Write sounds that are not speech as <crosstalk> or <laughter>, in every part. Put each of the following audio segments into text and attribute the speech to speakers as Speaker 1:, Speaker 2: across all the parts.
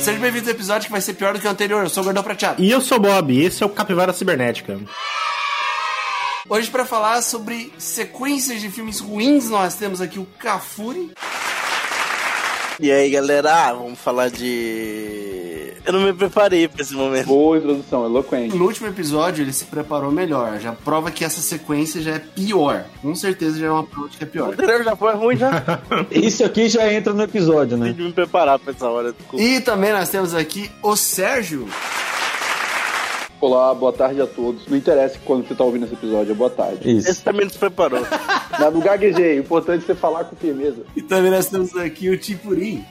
Speaker 1: Sejam bem-vindos ao episódio que vai ser pior do que o anterior. Eu sou o Gordão Prateado.
Speaker 2: E eu sou o Bob, e esse é o Capivara Cibernética.
Speaker 1: Hoje, pra falar sobre sequências de filmes ruins, nós temos aqui o Cafuri.
Speaker 3: E aí, galera, Ah, vamos falar de. Eu não me preparei pra esse momento.
Speaker 4: Boa introdução, eloquente.
Speaker 1: No último episódio, ele se preparou melhor. Já prova que essa sequência já é pior. Com certeza já é uma prova de que é
Speaker 3: O
Speaker 1: pior.
Speaker 3: anterior já foi ruim, já.
Speaker 5: Isso aqui já entra no episódio,
Speaker 3: Tem
Speaker 5: né?
Speaker 3: que me preparar pra essa hora. desculpa.
Speaker 1: E também nós temos aqui o Sérgio.
Speaker 4: Olá, boa tarde a todos. Não interessa quando você tá ouvindo esse episódio, é boa tarde.
Speaker 5: Isso.
Speaker 3: Esse também não se preparou.
Speaker 4: Mas não gaguejei, o importante é você falar com firmeza.
Speaker 1: E também nós temos aqui o Tipurim.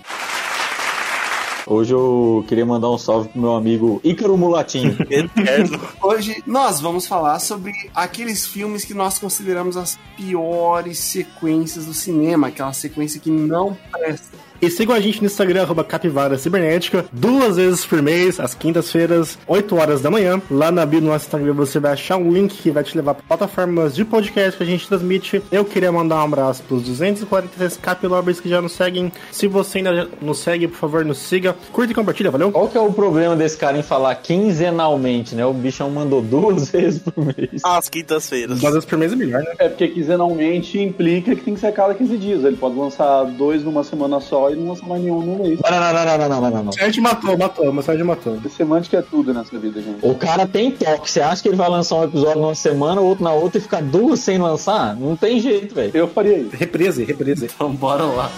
Speaker 5: Hoje eu queria mandar um salve pro meu amigo Ícaro <laughs> Mulatinho.
Speaker 3: Eterno.
Speaker 1: Hoje nós vamos falar sobre aqueles filmes que nós consideramos as piores sequências do cinema, aquela sequência que não presta.
Speaker 2: E sigam a gente no Instagram, arroba Capivara Cibernética, duas vezes por mês, às quintas-feiras, 8 horas da manhã. Lá na bio do nosso Instagram você vai achar um link que vai te levar para plataformas de podcast que a gente transmite. Eu queria mandar um abraço pros 246 Capilobers que já nos seguem. Se você ainda já nos segue, por favor, nos siga. Curta e compartilha, valeu?
Speaker 5: Qual que é o problema desse cara em falar quinzenalmente, né? O bichão mandou duas <laughs> vezes por mês.
Speaker 3: Às quintas-feiras.
Speaker 2: Duas vezes por mês é melhor, né?
Speaker 4: É porque quinzenalmente implica que tem que ser a cada 15 dias. Ele pode lançar dois numa semana só e não lançar mais nenhum no mês.
Speaker 5: Não, não, não, não, não, não, não, não, não.
Speaker 2: Sérgio matou, matou, mas Sérgio matou.
Speaker 4: Semântica é tudo nessa vida, gente.
Speaker 5: O cara tem toque. Você acha que ele vai lançar um episódio numa semana, outro na outra e ficar duas sem lançar? Não tem jeito, velho.
Speaker 4: Eu faria isso.
Speaker 2: Represe, represe.
Speaker 1: Então bora lá.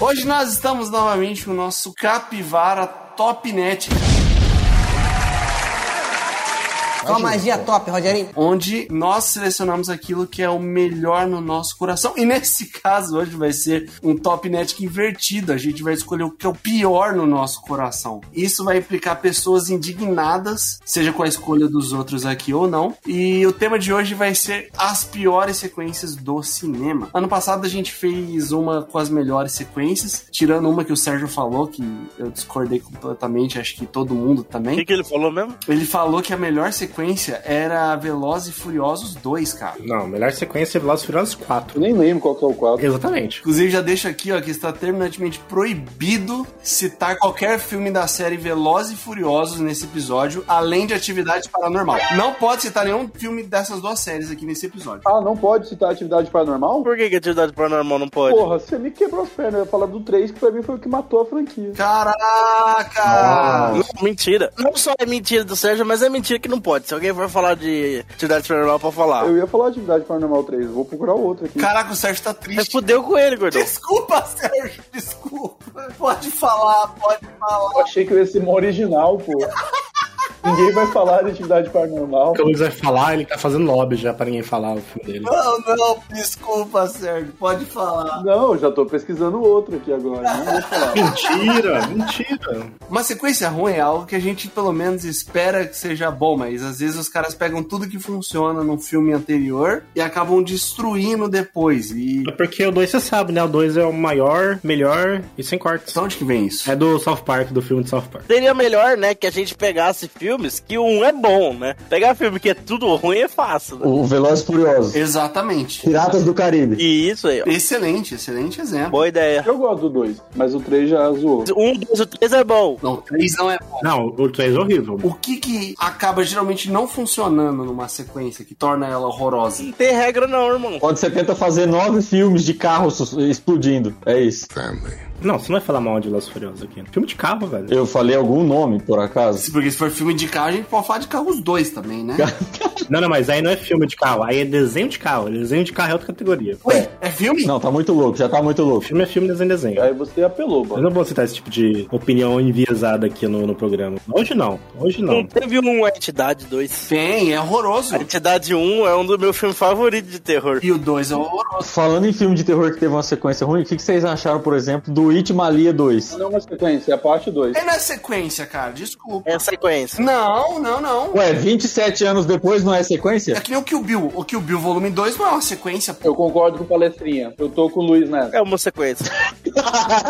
Speaker 1: Hoje nós estamos novamente com o nosso Capivara Top Net,
Speaker 6: Só magia top, Rogerinho.
Speaker 1: onde nós selecionamos aquilo que é o melhor no nosso coração. E nesse <laughs> caso, hoje vai ser um top net invertido. A gente vai escolher o que é o pior no nosso coração. Isso vai implicar pessoas indignadas, seja com a escolha dos outros aqui ou não. E o tema de hoje vai ser as piores sequências do cinema. Ano passado a gente fez uma com as melhores sequências, tirando uma que o Sérgio falou, que eu discordei completamente, acho que todo mundo
Speaker 3: O
Speaker 1: também.
Speaker 3: que, que ele falou mesmo?
Speaker 1: Ele falou que a melhor sequência era Velozes e Furiosos 2, cara.
Speaker 2: Não, melhor sequência é Velozes e Furiosos 4.
Speaker 4: Eu nem lembro qual que é o quadro.
Speaker 2: Exatamente.
Speaker 1: Inclusive, já deixo aqui, ó, que está terminantemente proibido citar qualquer filme da série Velozes e Furiosos nesse episódio, além de Atividade Paranormal. Não pode citar nenhum filme dessas duas séries aqui nesse episódio.
Speaker 4: Ah, não pode citar atividade paranormal?
Speaker 3: Por que, que atividade paranormal não pode?
Speaker 4: Porra, você me quebrou as pernas. Eu ia falar do 3, que pra mim foi o que matou a franquia.
Speaker 1: Caraca!
Speaker 3: Não, mentira. Não só é mentira do Sérgio, mas é mentira que não pode. Se alguém for falar de atividade paranormal, pode falar.
Speaker 4: Eu ia falar atividade paranormal 3, vou procurar outro aqui.
Speaker 1: Caraca, o Sérgio tá
Speaker 3: Mas
Speaker 1: triste.
Speaker 3: é fudeu com ele, gordão.
Speaker 1: Desculpa, Sérgio, desculpa. Pode falar, pode falar.
Speaker 4: Eu achei que eu ia ser uma original, pô. Ninguém vai falar de atividade paranormal.
Speaker 2: O Luiz vai falar, ele tá fazendo lobby já pra ninguém falar o filme dele.
Speaker 1: Não, não, desculpa, Sérgio, pode falar.
Speaker 4: Não, eu já tô pesquisando outro aqui agora. Não vou falar.
Speaker 2: Mentira, mentira.
Speaker 1: Uma sequência ruim é algo que a gente pelo menos espera que seja bom, mas às vezes os caras pegam tudo que funciona num filme anterior e acabam destruindo depois. E <laughs>
Speaker 2: É porque o 2 você sabe, né? O 2 é o maior, melhor e sem cortes.
Speaker 1: de onde que vem isso?
Speaker 2: É do South Park, do filme de South Park.
Speaker 3: Seria melhor, né, que a gente pegasse filmes que um é bom, né? Pegar filme que é tudo ruim é fácil, né?
Speaker 5: O Veloz Furioso.
Speaker 1: Exatamente.
Speaker 5: Piratas do Caribe.
Speaker 3: E isso aí, ó.
Speaker 1: Excelente, excelente exemplo.
Speaker 3: Boa ideia.
Speaker 4: Eu gosto do 2, mas o 3 já zoou.
Speaker 3: Um, dois, o três é bom.
Speaker 1: Não, três não é bom.
Speaker 2: Não, o 3 é horrível.
Speaker 1: O que que acaba geralmente não funcionando numa sequência que torna ela horrorosa?
Speaker 3: Não tem regra não, irmão.
Speaker 5: Quando você tenta fazer nove filmes de carro su- explodindo. É isso.
Speaker 2: Não, você não vai falar mal de Los Furiosos aqui. Filme de carro, velho.
Speaker 5: Eu falei algum nome, por acaso?
Speaker 1: Porque se for filme de carro, a gente pode falar de carro os dois também, né?
Speaker 2: Não, não, mas aí não é filme de carro, aí é desenho de carro. Desenho de carro é outra categoria.
Speaker 1: Ué, é filme?
Speaker 5: Não, tá muito louco, já tá muito louco.
Speaker 2: Filme é filme, desenho é desenho.
Speaker 4: Aí você apelou,
Speaker 2: Eu
Speaker 4: mano.
Speaker 2: não vou citar esse tipo de opinião enviesada aqui no, no programa. Hoje não, hoje
Speaker 3: Não
Speaker 2: não.
Speaker 3: teve um Entidade 2.
Speaker 1: Tem, é horroroso.
Speaker 3: A Entidade 1 é um dos meus filmes favoritos de terror.
Speaker 1: E o dois é horroroso.
Speaker 5: Falando em filme de terror que teve uma sequência ruim, o que, que vocês acharam, por exemplo, do
Speaker 7: o Itmalia 2.
Speaker 4: Não é uma sequência, é a parte 2.
Speaker 1: É na sequência, cara, desculpa.
Speaker 3: É a sequência.
Speaker 1: Não, não, não.
Speaker 7: Ué, 27 anos depois não é
Speaker 1: É
Speaker 7: sequência?
Speaker 1: que nem o Kill Bill. O Kill Bill volume 2 não é uma sequência, pô.
Speaker 4: Eu concordo com o palestrinha. Eu tô com o Luiz nessa.
Speaker 3: É
Speaker 1: <laughs>
Speaker 3: uma sequência.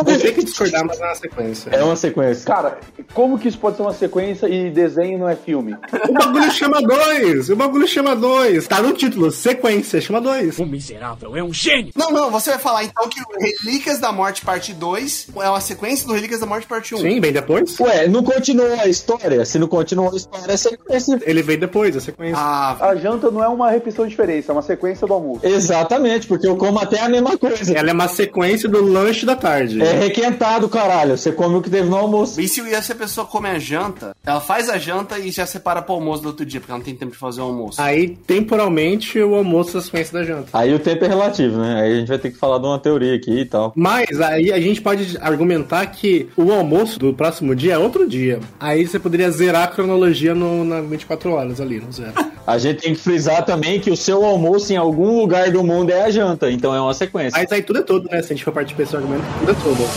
Speaker 2: Vou ter que discordar, mas na sequência.
Speaker 7: É uma sequência.
Speaker 4: Cara, como que isso pode ser uma sequência e desenho não é filme?
Speaker 2: O bagulho chama dois! O bagulho chama dois! Tá no título, sequência, chama dois.
Speaker 8: O miserável é um gênio!
Speaker 1: Não, não, você vai falar então que o Relíquias da Morte parte 2 é uma sequência do Relíquias da Morte parte 1.
Speaker 2: Sim, vem depois?
Speaker 7: Ué, não continuou a história? Se não continuou a história, é sequência.
Speaker 2: Ele vem depois, a sequência.
Speaker 1: Ah,
Speaker 4: A janta não é uma repetição de diferença, é uma sequência do almoço.
Speaker 7: Exatamente, porque eu como até a mesma coisa.
Speaker 2: Ela é uma sequência do lanche da tarde.
Speaker 7: É requentado, caralho. Você come o que teve no almoço.
Speaker 1: e se, e se a pessoa come a janta, ela faz a janta e já separa pro almoço do outro dia, porque ela não tem tempo de fazer o almoço.
Speaker 2: Aí, temporalmente, o almoço é a sequência da janta.
Speaker 7: Aí o tempo é relativo, né? Aí a gente vai ter que falar de uma teoria aqui e tal.
Speaker 2: Mas aí a gente pode argumentar que o almoço do próximo dia é outro dia. Aí você poderia zerar a cronologia no, na 24 horas ali, não zero.
Speaker 7: A gente tem que frisar também que o seu almoço em algum lugar do mundo é a janta, então é uma sequência.
Speaker 2: Mas aí tudo é tudo, né? Se a gente for partir pra esse argumento, tudo é tudo.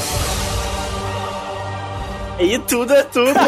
Speaker 3: E tudo é tudo.
Speaker 1: <laughs>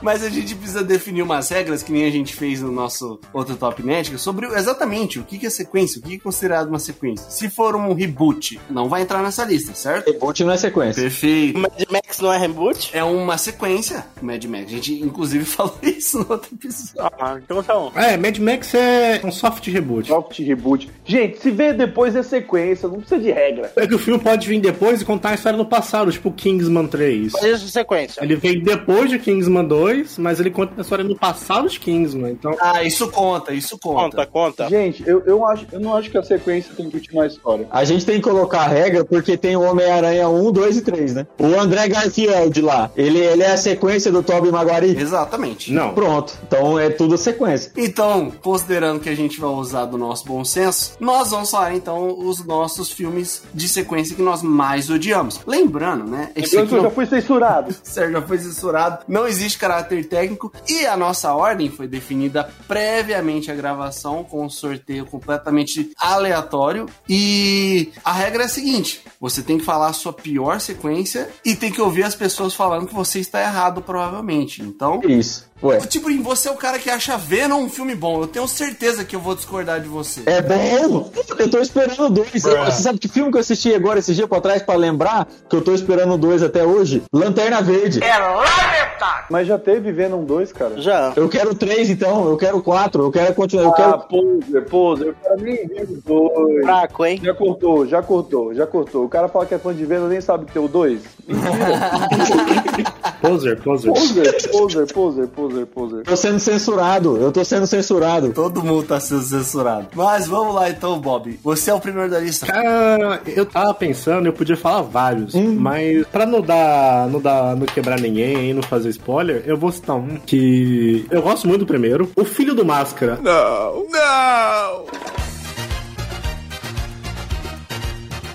Speaker 1: Mas a gente precisa definir umas regras, que nem a gente fez no nosso outro Top Net, é sobre o- exatamente o que que é sequência, o que que é considerado uma sequência. Se for um reboot, não vai entrar nessa lista, certo?
Speaker 7: Reboot não é sequência.
Speaker 1: Perfeito.
Speaker 3: Mad Max não é reboot?
Speaker 1: É uma sequência, Mad Max. A gente, inclusive, <laughs> falou isso no outro episódio.
Speaker 3: Ah, então tá bom.
Speaker 2: É, Mad Max é um soft reboot.
Speaker 4: Soft reboot. Gente, se vê depois é sequência, não precisa de regra.
Speaker 2: É que o filme pode vir depois e contar a história do passado, tipo Kingsman 3.
Speaker 3: Mas isso é sequência.
Speaker 2: Ele veio depois de Kingsman 2, mas ele conta a história no passado de Kingsman. Então,
Speaker 1: Ah, isso conta, isso conta.
Speaker 3: Conta, conta.
Speaker 4: Gente, eu, eu, acho, eu não acho que a sequência tem que continuar a história.
Speaker 7: A gente tem que colocar a regra porque tem o Homem-Aranha 1, 2 e 3, né? O André Garfield lá, ele, ele é a sequência do Tobey Maguari?
Speaker 1: Exatamente.
Speaker 2: não.
Speaker 7: Pronto, então é tudo sequência.
Speaker 1: Então, considerando que a gente vai usar do nosso bom senso, nós vamos falar então os nossos filmes de sequência que nós mais odiamos. Lembrando, né? esse
Speaker 4: Lembrando
Speaker 1: aqui
Speaker 4: que eu
Speaker 1: não-
Speaker 4: já fui censurado.
Speaker 1: Sérgio já foi censurado, não existe caráter técnico e a nossa ordem foi definida previamente à gravação com um sorteio completamente aleatório e a regra é a seguinte, você tem que falar a sua pior sequência e tem que ouvir as pessoas falando que você está errado provavelmente, então...
Speaker 7: É Isso. Ué.
Speaker 1: Tipo, você é o cara que acha Venom um filme bom. Eu tenho certeza que eu vou discordar de você.
Speaker 7: É bom? Eu tô esperando dois. Eu- você sabe que filme que eu assisti agora esse dia pra trás pra lembrar que eu tô esperando dois até hoje? Lanterna Verde.
Speaker 4: Mas já teve Venom 2, cara.
Speaker 3: Já.
Speaker 7: Eu quero três, então. Eu quero quatro. Eu quero continuar. Eu
Speaker 4: Ah,
Speaker 7: quero.
Speaker 4: poser, poser. O cara nem viu o 2.
Speaker 3: Fraco, hein?
Speaker 4: Já cortou, já cortou, já cortou. O cara fala que é fã de Venom, nem sabe que tem o 2.
Speaker 2: Poser, poser.
Speaker 4: Poser, poser, poser, poser, poser.
Speaker 7: Eu tô sendo censurado. Eu tô sendo censurado.
Speaker 1: Todo mundo tá sendo censurado. Mas vamos lá então, Bob. Você é o primeiro da lista.
Speaker 2: Cara, Ah, eu tava pensando, eu podia falar vários, mas pra não dar, não dar, não quebrar ninguém e não fazer spoiler, eu vou citar um que eu gosto muito do primeiro, o filho do máscara. Não, não.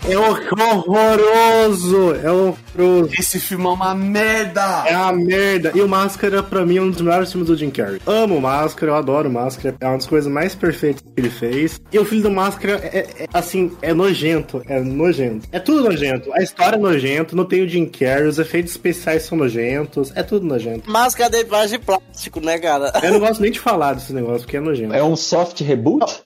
Speaker 2: É horroroso, é horroroso.
Speaker 1: Esse filme é uma merda.
Speaker 2: É uma merda. E o Máscara, pra mim, é um dos melhores filmes do Jim Carrey. Amo o Máscara, eu adoro o Máscara. É uma das coisas mais perfeitas que ele fez. E o filho do Máscara, é, é- é, assim, é nojento. É nojento. É tudo nojento. A história é nojento, não tem o Jim Carrey, os efeitos especiais são nojentos. É tudo nojento.
Speaker 3: Máscara de imagem de plástico, né, cara?
Speaker 2: Eu não gosto nem de falar desse negócio, porque é nojento.
Speaker 7: É um soft reboot?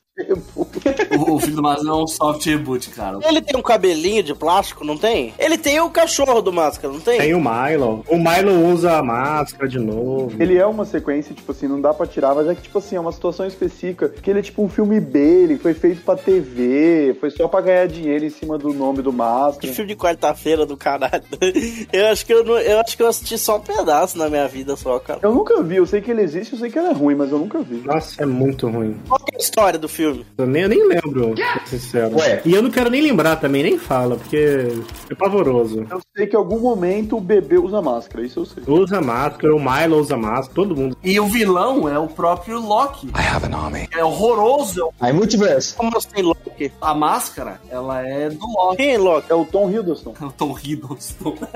Speaker 1: O, o filho do Mas é um soft reboot, cara.
Speaker 3: Ele tem um cabelinho de plástico, não tem? Ele tem o cachorro do máscara, não tem?
Speaker 2: Tem o Milo. O Milo usa a máscara de novo.
Speaker 4: Ele é uma sequência, tipo assim, não dá pra tirar, mas é que, tipo assim, é uma situação específica, que ele é tipo um filme B, ele foi feito pra TV, foi só pra ganhar dinheiro em cima do nome do
Speaker 3: Que
Speaker 4: Máscara.
Speaker 3: filme de quarta-feira do caralho. <laughs> Eu acho que eu não, eu acho que eu assisti só um pedaço na minha vida só, cara.
Speaker 4: Eu nunca vi, eu sei que ele existe, eu sei que ele é ruim, mas eu nunca vi.
Speaker 2: Nossa, é muito ruim.
Speaker 3: Qual que é a história do filme?
Speaker 2: Eu nem, eu nem lembro, pra ser sincero.
Speaker 7: Ué.
Speaker 2: E eu não quero nem lembrar também, nem fala, porque é pavoroso.
Speaker 4: Eu sei que em algum momento o bebê usa máscara, isso eu sei.
Speaker 2: Usa máscara, o Milo usa máscara, todo mundo.
Speaker 1: E o vilão é o próprio Loki. I have an army. É horroroso.
Speaker 7: Aí, multiverso.
Speaker 3: Como assim, Loki?
Speaker 1: A máscara, ela é do Loki. <laughs>
Speaker 3: Quem é Loki?
Speaker 4: É o Tom Hiddleston.
Speaker 1: Eu tô rindo. estou. <laughs>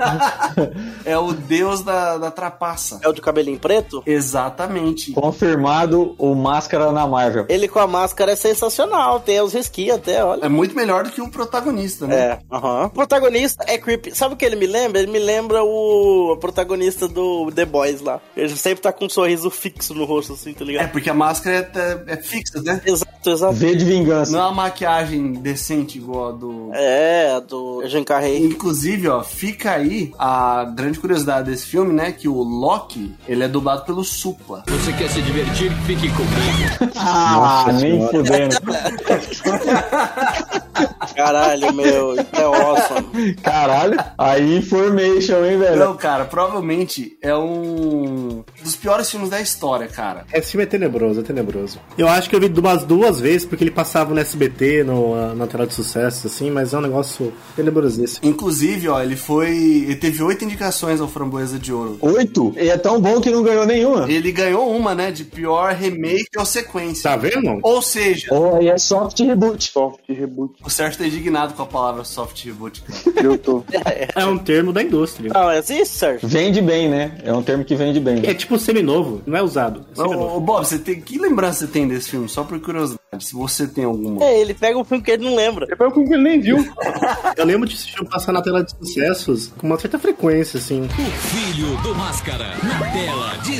Speaker 1: é o deus da, da trapaça.
Speaker 3: É o do cabelinho preto?
Speaker 1: Exatamente.
Speaker 7: Confirmado o Máscara na Marvel.
Speaker 3: Ele com a máscara é sensacional, tem os risquinhos até, olha.
Speaker 1: É muito melhor do que um protagonista, né?
Speaker 3: É, aham. O protagonista é creepy. Sabe o que ele me lembra? Ele me lembra o protagonista do The Boys lá. Ele sempre tá com um sorriso fixo no rosto, assim, tá
Speaker 1: É,
Speaker 3: ligado?
Speaker 1: porque a máscara é, é fixa, né?
Speaker 3: Exato, exato.
Speaker 5: V de vingança.
Speaker 1: Não é uma maquiagem decente igual a do.
Speaker 3: É, do Jean Carrey.
Speaker 1: Inclusive, ó, fica aí a grande curiosidade desse filme, né? Que o Loki, ele é dublado pelo Supla.
Speaker 9: Você quer se divertir? Fique comigo.
Speaker 5: Ah, nem fudendo.
Speaker 3: Caralho, meu, isso é
Speaker 7: <laughs>
Speaker 3: awesome.
Speaker 5: Caralho. Aí information, hein, velho?
Speaker 1: Não, Então, cara, provavelmente é um dos piores filmes da história, cara.
Speaker 2: Esse filme é tenebroso, é tenebroso. Eu acho que eu vi umas duas vezes, porque ele passava no SBT, no, ah, na tela de sucesso, assim, mas é um negócio tenebrosíssimo.
Speaker 1: Inclusive, ó, ele foi. Ele teve oito indicações ao Framboesa de Ouro.
Speaker 5: Oito? E é tão bom que não ganhou nenhuma.
Speaker 1: Ele ganhou uma, né? De pior remake ou sequência.
Speaker 2: Tá vendo?
Speaker 1: Ou seja,
Speaker 5: Oh, e é soft reboot.
Speaker 4: Soft reboot.
Speaker 1: o Sérgio tá indignado com a palavra soft reboot, cara.
Speaker 4: Eu tô.
Speaker 2: É um termo da indústria.
Speaker 3: Não, é isso, Sérgio.
Speaker 5: Vende bem, né? É um termo que vende bem.
Speaker 2: É tipo seminovo, não é usado. É seminovo.
Speaker 1: Ô, ô, Bob, você tem que lembrança você tem desse filme? Só por curiosidade, se você tem alguma.
Speaker 3: É, ele pega um filme que ele não lembra.
Speaker 4: É pelo que ele nem viu.
Speaker 2: Eu lembro de esse filme passar na tela de sucessos com uma certa frequência, assim.
Speaker 9: O filho do Máscara na tela de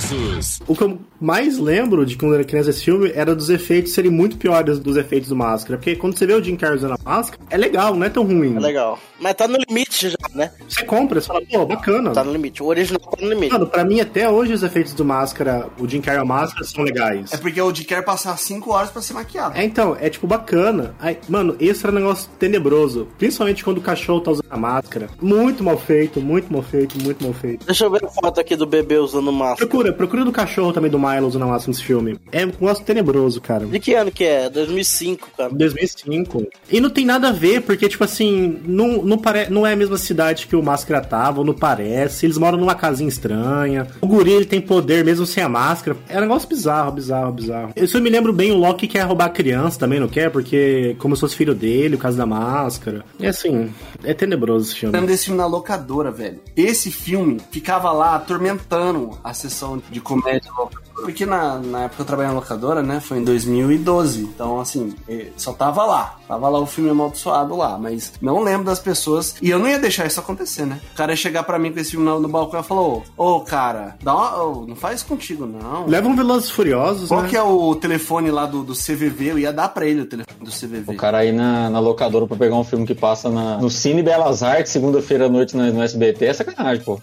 Speaker 9: sucessos.
Speaker 2: O que eu mais lembro de quando eu era criança esse filme era dos efeitos serem muito piores dos efeitos do Máscara. Porque quando você vê o Jim Carrey usando a máscara, é legal, não é tão ruim.
Speaker 3: É legal. Mas tá no limite já, né?
Speaker 2: Você compra, você fala, pô, bacana.
Speaker 3: Tá no limite. O original tá no limite.
Speaker 2: Mano, pra mim até hoje os efeitos do Máscara, o Jim Carrey e a Máscara são legais.
Speaker 1: É porque o de quer passar cinco horas pra se maquiar.
Speaker 2: É, então, é tipo bacana. Aí, mano, esse era um negócio tenebroso. Principalmente quando o cachorro tá usando a máscara. Muito mal feito, muito mal feito, muito mal feito.
Speaker 3: Deixa eu ver a foto aqui do bebê usando máscara.
Speaker 2: Procura, procura do cachorro também do Milo usando a máscara nesse filme. É um negócio tenebroso, cara.
Speaker 3: De que ano que é? 2005, cara.
Speaker 2: 2005. E não tem nada a ver, porque, tipo assim, não, não, pare... não é a mesma cidade que o Máscara tava, ou não parece. Eles moram numa casinha estranha. O guri, ele tem poder mesmo sem a máscara. É um negócio bizarro, bizarro, bizarro. Eu só me lembro bem, o Loki quer roubar a criança também, não quer? Porque, como se fosse filho dele, o caso da máscara. E assim, é tenebroso esse
Speaker 1: Eu lembro
Speaker 2: filme.
Speaker 1: desse filme na locadora, velho. Esse filme ficava lá atormentando a sessão de comédia locadora. Porque na, na época que eu trabalhei na locadora, né? Foi em 2012. Então, assim, eh, só tava lá. Tava lá o filme amaldiçoado lá. Mas não lembro das pessoas. E eu não ia deixar isso acontecer, né? O cara ia chegar pra mim com esse filme no, no balcão e falou: Ô, cara, dá uma, ô, não faz isso contigo, não.
Speaker 2: Levam um Velozes e Furiosos,
Speaker 1: Qual
Speaker 2: né?
Speaker 1: que é o telefone lá do, do CVV? Eu ia dar pra ele o telefone do CVV.
Speaker 7: O cara aí na, na locadora pra pegar um filme que passa na- no Cine Belas Artes, segunda-feira à noite no, no SBT, é sacanagem, pô.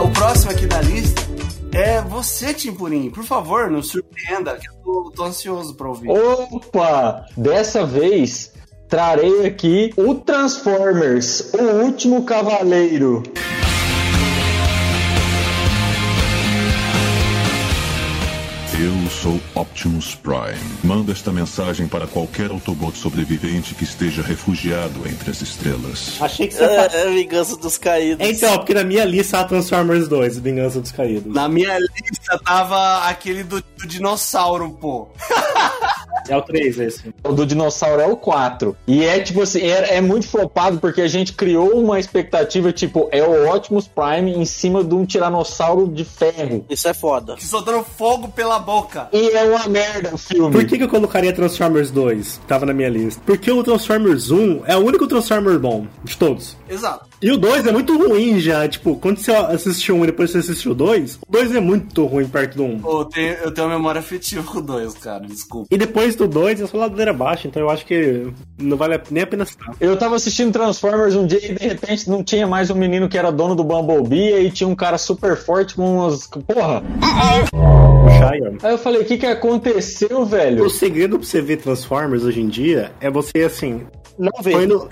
Speaker 1: O próximo aqui da lista é você, Timpurim. Por favor, nos surpreenda, que eu tô, tô ansioso pra ouvir.
Speaker 7: Opa! Dessa vez trarei aqui o Transformers, o último cavaleiro.
Speaker 10: Eu sou Optimus Prime. Manda esta mensagem para qualquer Autobot sobrevivente que esteja refugiado entre as estrelas.
Speaker 2: Achei que você ia falar-
Speaker 3: É, é vingança dos caídos.
Speaker 2: Então, porque na minha lista tá Transformers 2, Vingança dos Caídos.
Speaker 1: Na minha lista tava aquele do, do dinossauro, pô.
Speaker 2: É o 3 esse.
Speaker 7: O do dinossauro é o 4. E é tipo assim, é, é muito flopado porque a gente criou uma expectativa, tipo, é o Optimus Prime em cima de um tiranossauro de ferro.
Speaker 3: Isso é foda.
Speaker 1: Que soltando fogo pela boca.
Speaker 7: E é uma merda o filme.
Speaker 2: Por que, que eu colocaria Transformers 2? Tava na minha lista. Porque o Transformers 1 é o único Transformers bom de todos.
Speaker 1: Exato.
Speaker 2: E o 2 é muito ruim já. Tipo, quando você assistiu um e depois você assistiu o 2, o 2 é muito ruim perto do 1.
Speaker 1: Pô, eu tenho, eu tenho uma memória afetiva com dois, cara. Desculpa.
Speaker 2: E depois do 2 é só ladeira baixa, então eu acho que não vale a- nem a pena citar.
Speaker 7: Eu tava assistindo Transformers um dia e de repente não tinha mais um menino que era dono do Bumblebee e aí tinha um cara super forte com umas. Porra!
Speaker 2: O Shia.
Speaker 7: Aí eu falei, o que que aconteceu, velho?
Speaker 2: O segredo pra você ver Transformers hoje em dia é você, assim,
Speaker 3: Não
Speaker 2: Foi
Speaker 3: vê.
Speaker 2: no-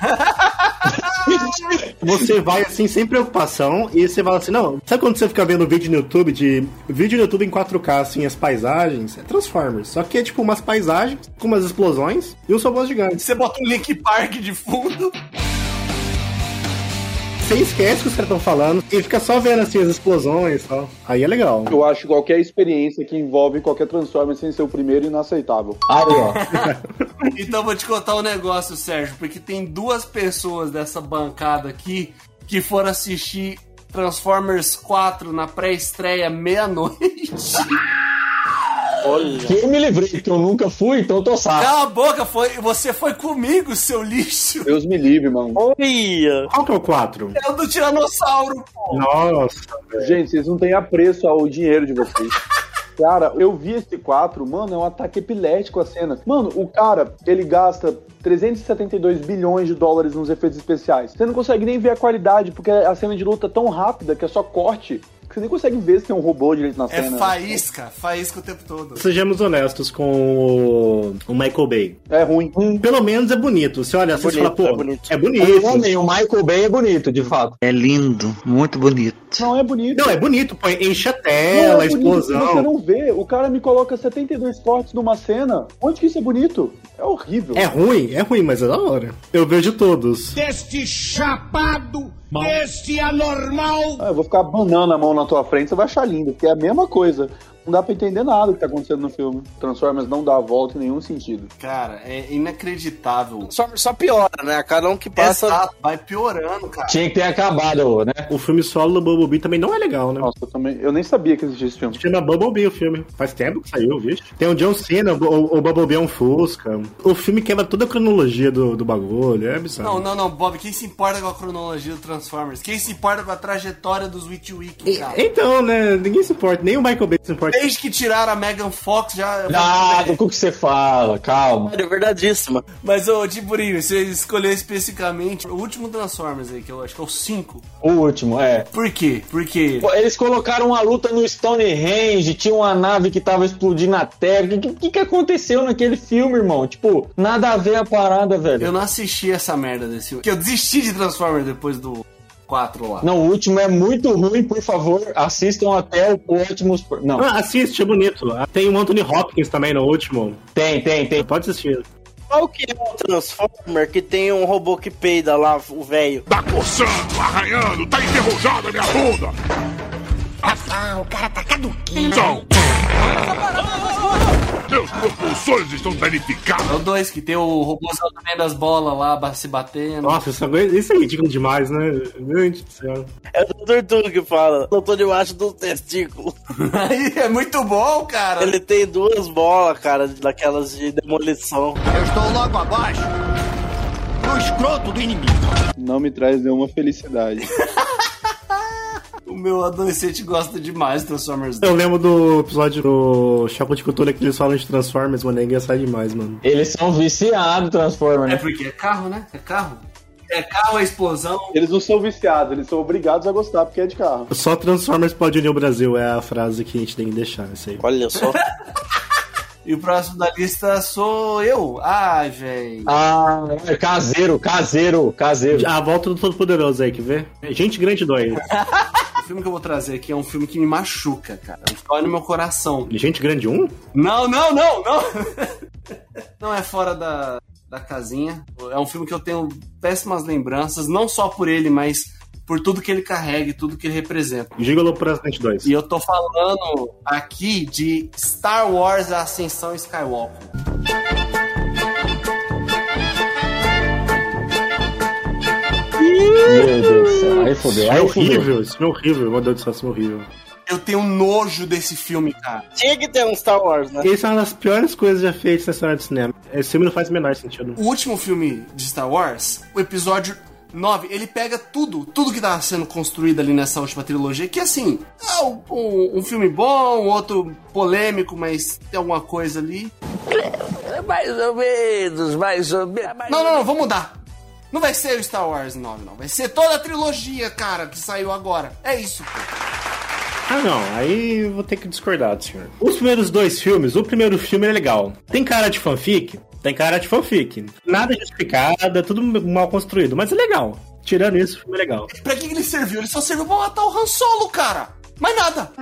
Speaker 2: você vai assim, sem preocupação, e você fala assim, não, sabe quando você fica vendo vídeo no YouTube de. Vídeo no YouTube em 4K, assim, as paisagens? É Transformers. Só que é tipo umas paisagens com umas explosões e um robôs gigantes.
Speaker 1: Você bota um Link Park de fundo.
Speaker 2: Você esquece o que os caras estão falando e fica só vendo assim as explosões e tal. Aí é legal.
Speaker 4: Eu acho qualquer experiência que envolve qualquer Transformers sem ser o primeiro é inaceitável.
Speaker 7: Aí, ó.
Speaker 2: <laughs>
Speaker 1: Então vou te contar um negócio, Sérgio, porque tem duas pessoas dessa bancada aqui que foram assistir Transformers 4 na pré-estreia meia-noite. <laughs>
Speaker 7: Que eu me livrei, que eu nunca fui, então eu tô safo.
Speaker 1: Cala a boca, foi, você foi comigo, seu lixo.
Speaker 4: Deus me livre, mano.
Speaker 3: Olha!
Speaker 2: Qual que é o 4?
Speaker 1: É o do Tiranossauro, pô.
Speaker 2: Nossa, velho.
Speaker 4: Gente, vocês não têm apreço ao dinheiro de vocês. Cara, eu vi esse 4, mano, é um ataque epilético a cena. Mano, o cara, ele gasta 372 bilhões de dólares nos efeitos especiais. Você não consegue nem ver a qualidade, porque a cena de luta é tão rápida que é só corte, que você nem consegue ver se tem um robô direito na
Speaker 1: É
Speaker 4: cena.
Speaker 1: faísca, faísca o tempo todo.
Speaker 2: Sejamos honestos com o, o Michael Bay.
Speaker 4: É ruim.
Speaker 2: Pelo menos é bonito. Você olha, você fala,
Speaker 3: Bonito,
Speaker 2: pô,
Speaker 3: é bonito.
Speaker 2: é
Speaker 7: Eu
Speaker 2: bonito.
Speaker 7: também, o Michael Bay é bonito, de fato.
Speaker 11: É lindo, muito bonito.
Speaker 4: Não é bonito.
Speaker 2: Não, é bonito, pô. Enche a
Speaker 4: Não é
Speaker 2: tela,
Speaker 4: bonito, um- Você
Speaker 2: explosão.
Speaker 4: não vê. O cara me coloca 72 cortes numa cena. Onde que isso é bonito? É horrível.
Speaker 2: É ruim, é ruim, mas é da hora. Eu vejo todos.
Speaker 4: Ah, eu vou ficar banando a mão na tua frente, você vai achar lindo, porque é a mesma coisa. Não dá pra entender nada que tá acontecendo no filme. Transformers não dá a volta em nenhum sentido.
Speaker 1: Cara, é inacreditável.
Speaker 3: Só, só piora, né? A cada um que passa.
Speaker 1: Exato, vai piorando, cara.
Speaker 7: Tinha que ter acabado, né?
Speaker 2: O filme solo do Bumblebee também não é legal, né?
Speaker 4: Nossa, eu também. Eu nem sabia que existia esse filme.
Speaker 2: Chama Bumblebee o filme. Faz tempo que saiu, vixe. Tem o John Cena, o, o Bumblebee é um Fusca. O filme quebra toda a cronologia do, do bagulho, é bizarro.
Speaker 1: Não, não, não, Bob, quem se importa com a cronologia do Transformers? Quem se importa com a trajetória dos Witch Wiki, cara?
Speaker 2: Então, né, ninguém se importa, nem o Michael Bay se importa.
Speaker 1: Desde que tiraram a Megan Fox, já...
Speaker 7: Ah, do que que você fala? Calma.
Speaker 3: É verdadeíssima.
Speaker 1: Mas, ô, Tiburinho, você escolheu especificamente o último Transformers aí, que eu acho que é o 5.
Speaker 7: O último, é.
Speaker 1: Por quê? Porque...
Speaker 7: Pô, Eles colocaram uma luta no Stonehenge, tinha uma nave que tava explodindo a Terra. O que, que, que aconteceu naquele filme, irmão? Tipo, nada a ver a parada, velho.
Speaker 1: Eu não assisti essa merda desse filme. Porque eu desisti de Transformers depois do 4 lá.
Speaker 7: Não, o último é muito ruim, por favor, assistam até o Optimus. Pr- Não,
Speaker 2: Ah, assiste, é bonito. Ah, Tem o Anthony Hopkins também no último.
Speaker 7: tem, tem, tem.
Speaker 2: Pode assistir.
Speaker 3: Qual que é o Transformer que tem um robô que peida lá, o velho?
Speaker 10: Tá coçando, arranhando, tá enferrujada minha bunda! Ah, o cara tá caduquinho! Então, meus propulsores estão danificados!
Speaker 1: É o 2, que tem o robôzão também das bolas lá ba- se batendo.
Speaker 2: Nossa, isso é, isso é ridículo demais, né? Gente do céu.
Speaker 3: É o Tortuga que fala. Eu tô debaixo do testículo.
Speaker 1: <laughs> Aí é muito bom, cara.
Speaker 3: Ele tem duas bolas, cara, daquelas de demolição.
Speaker 4: Não me traz nenhuma felicidade.
Speaker 1: O meu adolescente gosta demais do Transformers 2.
Speaker 2: Eu lembro do episódio do Chapo de Cultura que eles falam de Transformers, mano. É engraçado demais, mano.
Speaker 7: Eles são viciados, Transformers.
Speaker 1: É
Speaker 7: Né?
Speaker 1: porque é carro, né? É carro. É carro, é explosão.
Speaker 4: <laughs> Eles não são viciados, eles são obrigados a gostar porque é de carro.
Speaker 2: Só Transformers pode unir o Brasil, é a frase que a gente tem que deixar, isso aí.
Speaker 3: Olha só.
Speaker 1: E o próximo da lista sou eu. Ai, velho.
Speaker 7: Ah, é caseiro, caseiro, caseiro.
Speaker 2: A volta do Todo Poderoso aí, quer ver? Gente grande dói.
Speaker 1: O filme que eu vou trazer aqui é um filme que me machuca, cara. Dói no meu coração.
Speaker 2: Gente grande um?
Speaker 1: Não, não, não, não. <laughs> Não é fora da, da casinha. É um filme que eu tenho péssimas lembranças, não só por ele, mas por tudo que ele carrega e tudo que ele representa.
Speaker 2: Gigolo Presidente 2.
Speaker 1: E eu tô falando aqui de Star Wars A Ascensão Skywalker.
Speaker 7: Meu Deus do céu. Aí fodeu,
Speaker 2: Isso é
Speaker 7: aí fodeu.
Speaker 2: horrível, isso é horrível, meu Deus do céu, isso é horrível.
Speaker 1: Eu tenho nojo desse filme, cara.
Speaker 3: Tinha que ter um Star Wars, né?
Speaker 2: Essa é uma das piores coisas já feitas na história do cinema. Esse filme não faz o menor sentido.
Speaker 1: O último filme de Star Wars, o episódio 9, ele pega tudo, tudo que tá sendo construído ali nessa última trilogia, que assim, é um, um- um filme bom, outro polêmico, mas tem alguma coisa ali.
Speaker 9: É Mais ou menos, mais ou menos.
Speaker 1: Não, não, não, vamos mudar. Não vai ser o Star Wars 9, não. Vai ser toda a trilogia, cara, que saiu agora. É isso, pô.
Speaker 2: Ah, não, aí eu vou ter que discordar do senhor. Os primeiros dois filmes, o primeiro filme é legal. Tem cara de fanfic? Tem cara de fanfic. Nada justificada, tudo mal construído, mas é legal. Tirando isso, o filme é legal.
Speaker 1: Pra que que ele serviu? Ele só serviu pra matar o Han Solo, cara. Mais nada.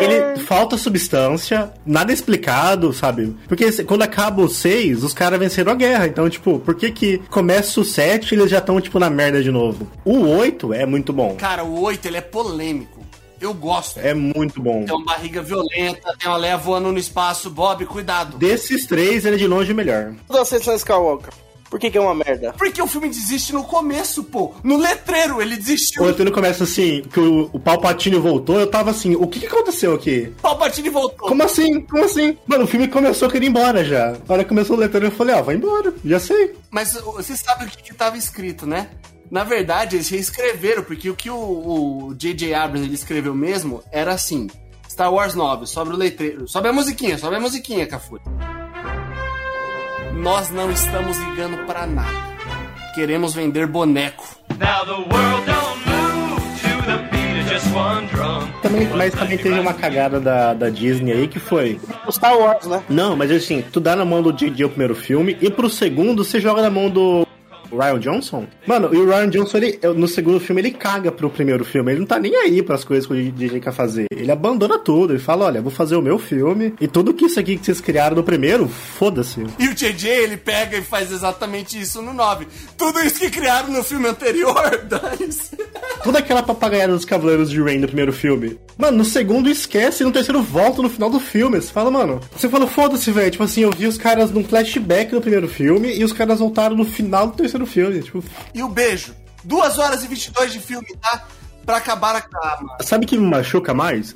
Speaker 2: ele falta substância, nada explicado, sabe? Porque se- quando acaba o 6, os caras venceram a guerra. Então, tipo, por que que começa o 7 e eles já estão, tipo, na merda de novo? O 8 é muito bom.
Speaker 1: Cara, o 8 ele é polêmico. Eu gosto.
Speaker 2: É muito bom.
Speaker 12: Então,
Speaker 1: Tem uma barriga violenta, tem uma leia voando no espaço. Bob, cuidado.
Speaker 2: Desses três, ele é de longe o melhor.
Speaker 3: Da Ascensão Skywalker. Por que, que é uma merda?
Speaker 1: Porque o filme desiste no começo, pô. No letreiro ele desistiu.
Speaker 2: O Antônio começa assim, que o, o Palpatine voltou, eu tava assim, o que que aconteceu aqui?
Speaker 1: Palpatine voltou.
Speaker 2: Como assim? Como assim? Mano, o filme começou querendo ir embora já. Na hora que começou o letreiro, eu falei, ó, vai embora, já sei.
Speaker 1: Mas ô, você sabe o que, que tava escrito, né? Na verdade, eles reescreveram, porque o que o o J.J. Abrams ele escreveu mesmo era assim: Star Wars 9, sobe o letreiro. Sobe a musiquinha, sobe a musiquinha, Cafu. Nós não estamos ligando pra nada. Queremos vender boneco.
Speaker 13: Now the world don't move to the beat of just one drum.
Speaker 2: Também, mas também teve uma cagada da, da Disney aí que foi.
Speaker 3: O Star Wars, né?
Speaker 2: Não, mas assim, tu dá na mão do J.J. o primeiro filme e pro segundo você joga na mão do Ryan Johnson. Mano, e o Ryan Johnson, ele, no segundo filme, ele caga pro primeiro filme. Ele não tá nem aí pras coisas que o J.J. quer fazer. Ele abandona tudo. Ele fala, olha, vou fazer o meu filme. E tudo que isso aqui que vocês criaram no primeiro, foda-se.
Speaker 1: E o JJ, ele pega e faz exatamente isso no 9. Tudo isso que criaram no filme anterior, <laughs> dane-se.
Speaker 2: Toda aquela papagaiada dos Cavaleiros de Rain no primeiro filme. Mano, no segundo esquece e no terceiro volta no final do filme. Você fala, mano. Você fala, foda-se, velho. Tipo assim, eu vi os caras num flashback no primeiro filme e os caras voltaram no final do terceiro filme. Tipo,
Speaker 1: E o beijo. 2 horas e 22 de filme, tá? Pra acabar a cama.
Speaker 2: sabe o que me machuca mais?